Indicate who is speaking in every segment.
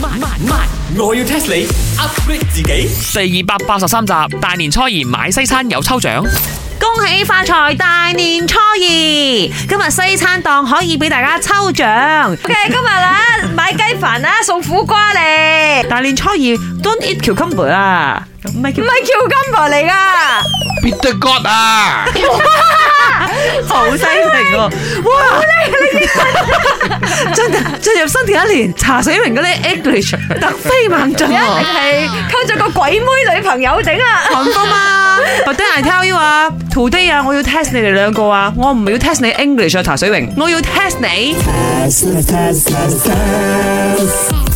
Speaker 1: 慢慢慢，我要 test 你 upgrade 自己。
Speaker 2: 第二百八十三集，大年初二買西餐有抽獎，
Speaker 3: 恭喜發財，大年初二！今日西餐檔可以俾大家抽獎。
Speaker 4: OK，今日啦，買雞飯啦，送苦瓜嚟，
Speaker 3: 大年初二 don't eat cucumber 啊，唔係
Speaker 4: 唔
Speaker 3: 叫
Speaker 4: 係叫 cucumber 嚟噶。
Speaker 5: Peter God 啊，
Speaker 3: 好犀利喎！哇，真係進入新嘅一年，查水明嗰啲 English 突飛猛進
Speaker 4: 一定
Speaker 3: 喎。
Speaker 4: 係溝咗個鬼妹女朋友頂啦！
Speaker 3: 寒風啊！But then I tell you 啊，today 啊，我要 test 你哋兩個啊，我唔係要 test 你 English 啊，茶水榮，我要 test 你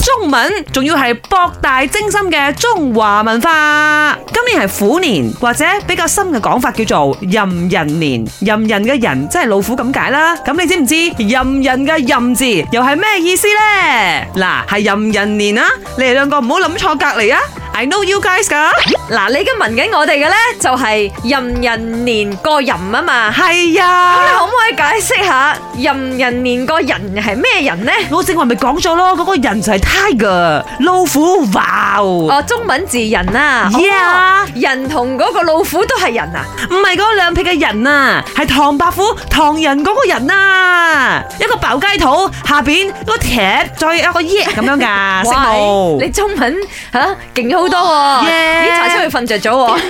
Speaker 3: 中文，仲要係博大精深嘅中華文化。今年係虎年，或者比較深嘅講法叫做壬寅年。壬寅嘅寅即係老虎咁解啦。咁你知唔知壬寅嘅壬字又係咩意思呢？嗱，係壬寅年啊！你哋兩個唔好諗錯隔離啊！I know you guys 㗎。
Speaker 4: 嗱，你而家問緊我哋嘅咧，就係壬寅年個壬啊嘛。
Speaker 3: 係
Speaker 4: 你
Speaker 3: 啊，
Speaker 4: 可唔可以解釋下壬寅年個人係咩人呢？
Speaker 3: 我正話咪講咗咯，嗰、個人就係 Tiger 老虎，哇！
Speaker 4: 哦，中文字人啊
Speaker 3: Yeah
Speaker 4: 哦人同嗰個老虎都係人啊！
Speaker 3: 唔係嗰兩撇嘅人啊，係唐伯虎唐人嗰個人啊，一個爆雞肚下邊個貼再有一個耶咁樣 噶，識
Speaker 4: 哇，你
Speaker 3: 冇
Speaker 4: 你？中文吓勁好多喎！
Speaker 3: Yeah
Speaker 4: 咦，茶出去瞓着咗喎，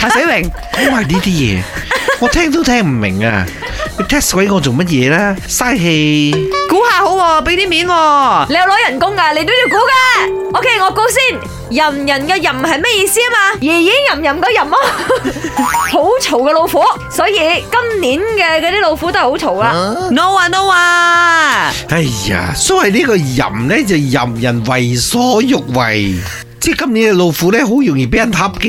Speaker 3: 茶水榮，
Speaker 5: 因為呢啲嘢我聽都聽唔明啊！你 test 鬼我做乜嘢啦？嘥氣！
Speaker 3: 估下好喎，俾啲面喎。
Speaker 4: 你有攞人工㗎，你都要估㗎。OK，我估先，壬寅嘅壬係咩意思啊嘛？ 爺爺壬壬個壬咯，好嘈嘅老虎，所以今年嘅嗰啲老虎都係好嘈啊！
Speaker 3: No 啊 no 啊，
Speaker 5: 哎呀，所謂呢個淫呢，就淫人為所欲為。即係今年嘅老虎呢，好容易俾人恰嘅，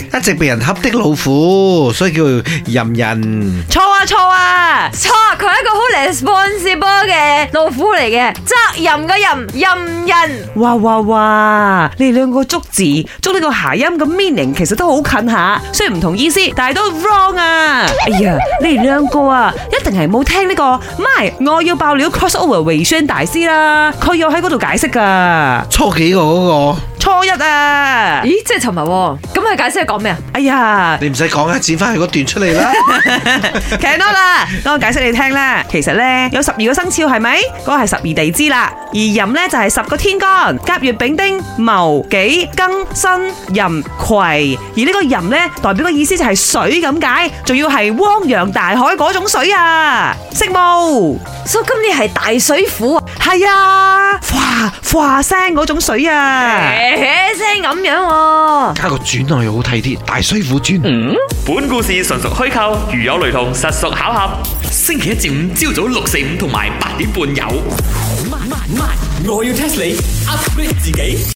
Speaker 5: 一直被人恰的老虎，所以叫淫人。
Speaker 3: 錯啊錯啊，
Speaker 4: 錯，佢係一個好 responsible 嘅老虎嚟嘅，責任嘅任，任人。
Speaker 3: 哇哇哇！你哋兩個捉字捉呢個諧音嘅 meaning 其實都好近下，雖然唔同意思，但係都 wrong 啊！哎呀，你哋兩個啊，一定係冇聽呢、個咪我要爆料 crossover 維宣大師啦，佢有喺嗰度解釋噶，
Speaker 5: 初幾個嗰個，
Speaker 3: 初一啊！
Speaker 4: 咦，即係尋日喎，咁佢解釋係講咩啊？
Speaker 3: 哎呀！
Speaker 5: 你唔使講啊，剪翻佢嗰段出 嚟啦。
Speaker 3: 劇多啦，等我解釋你聽啦。其實呢，有十二個生肖係咪？嗰個係十二地支啦。而壬呢，就係十個天干，甲、乙、丙、丁、戊、己、庚、辛、壬、癸。而呢個壬呢，代表嘅意思就係水咁解，仲要係汪洋大海嗰種水啊，識冇？
Speaker 4: 所以今年係大水虎啊，
Speaker 3: 係啊，嘩嘩聲嗰種水啊。
Speaker 4: 誒聲咁樣喎。
Speaker 5: 加個轉落去好睇啲，大水虎轉。
Speaker 2: 本故事純屬虛構，如有雷同，實屬巧合。星期一至五朝早六四五同埋八點半有。
Speaker 1: 慢慢慢，我要 test 你 upgrade 自己。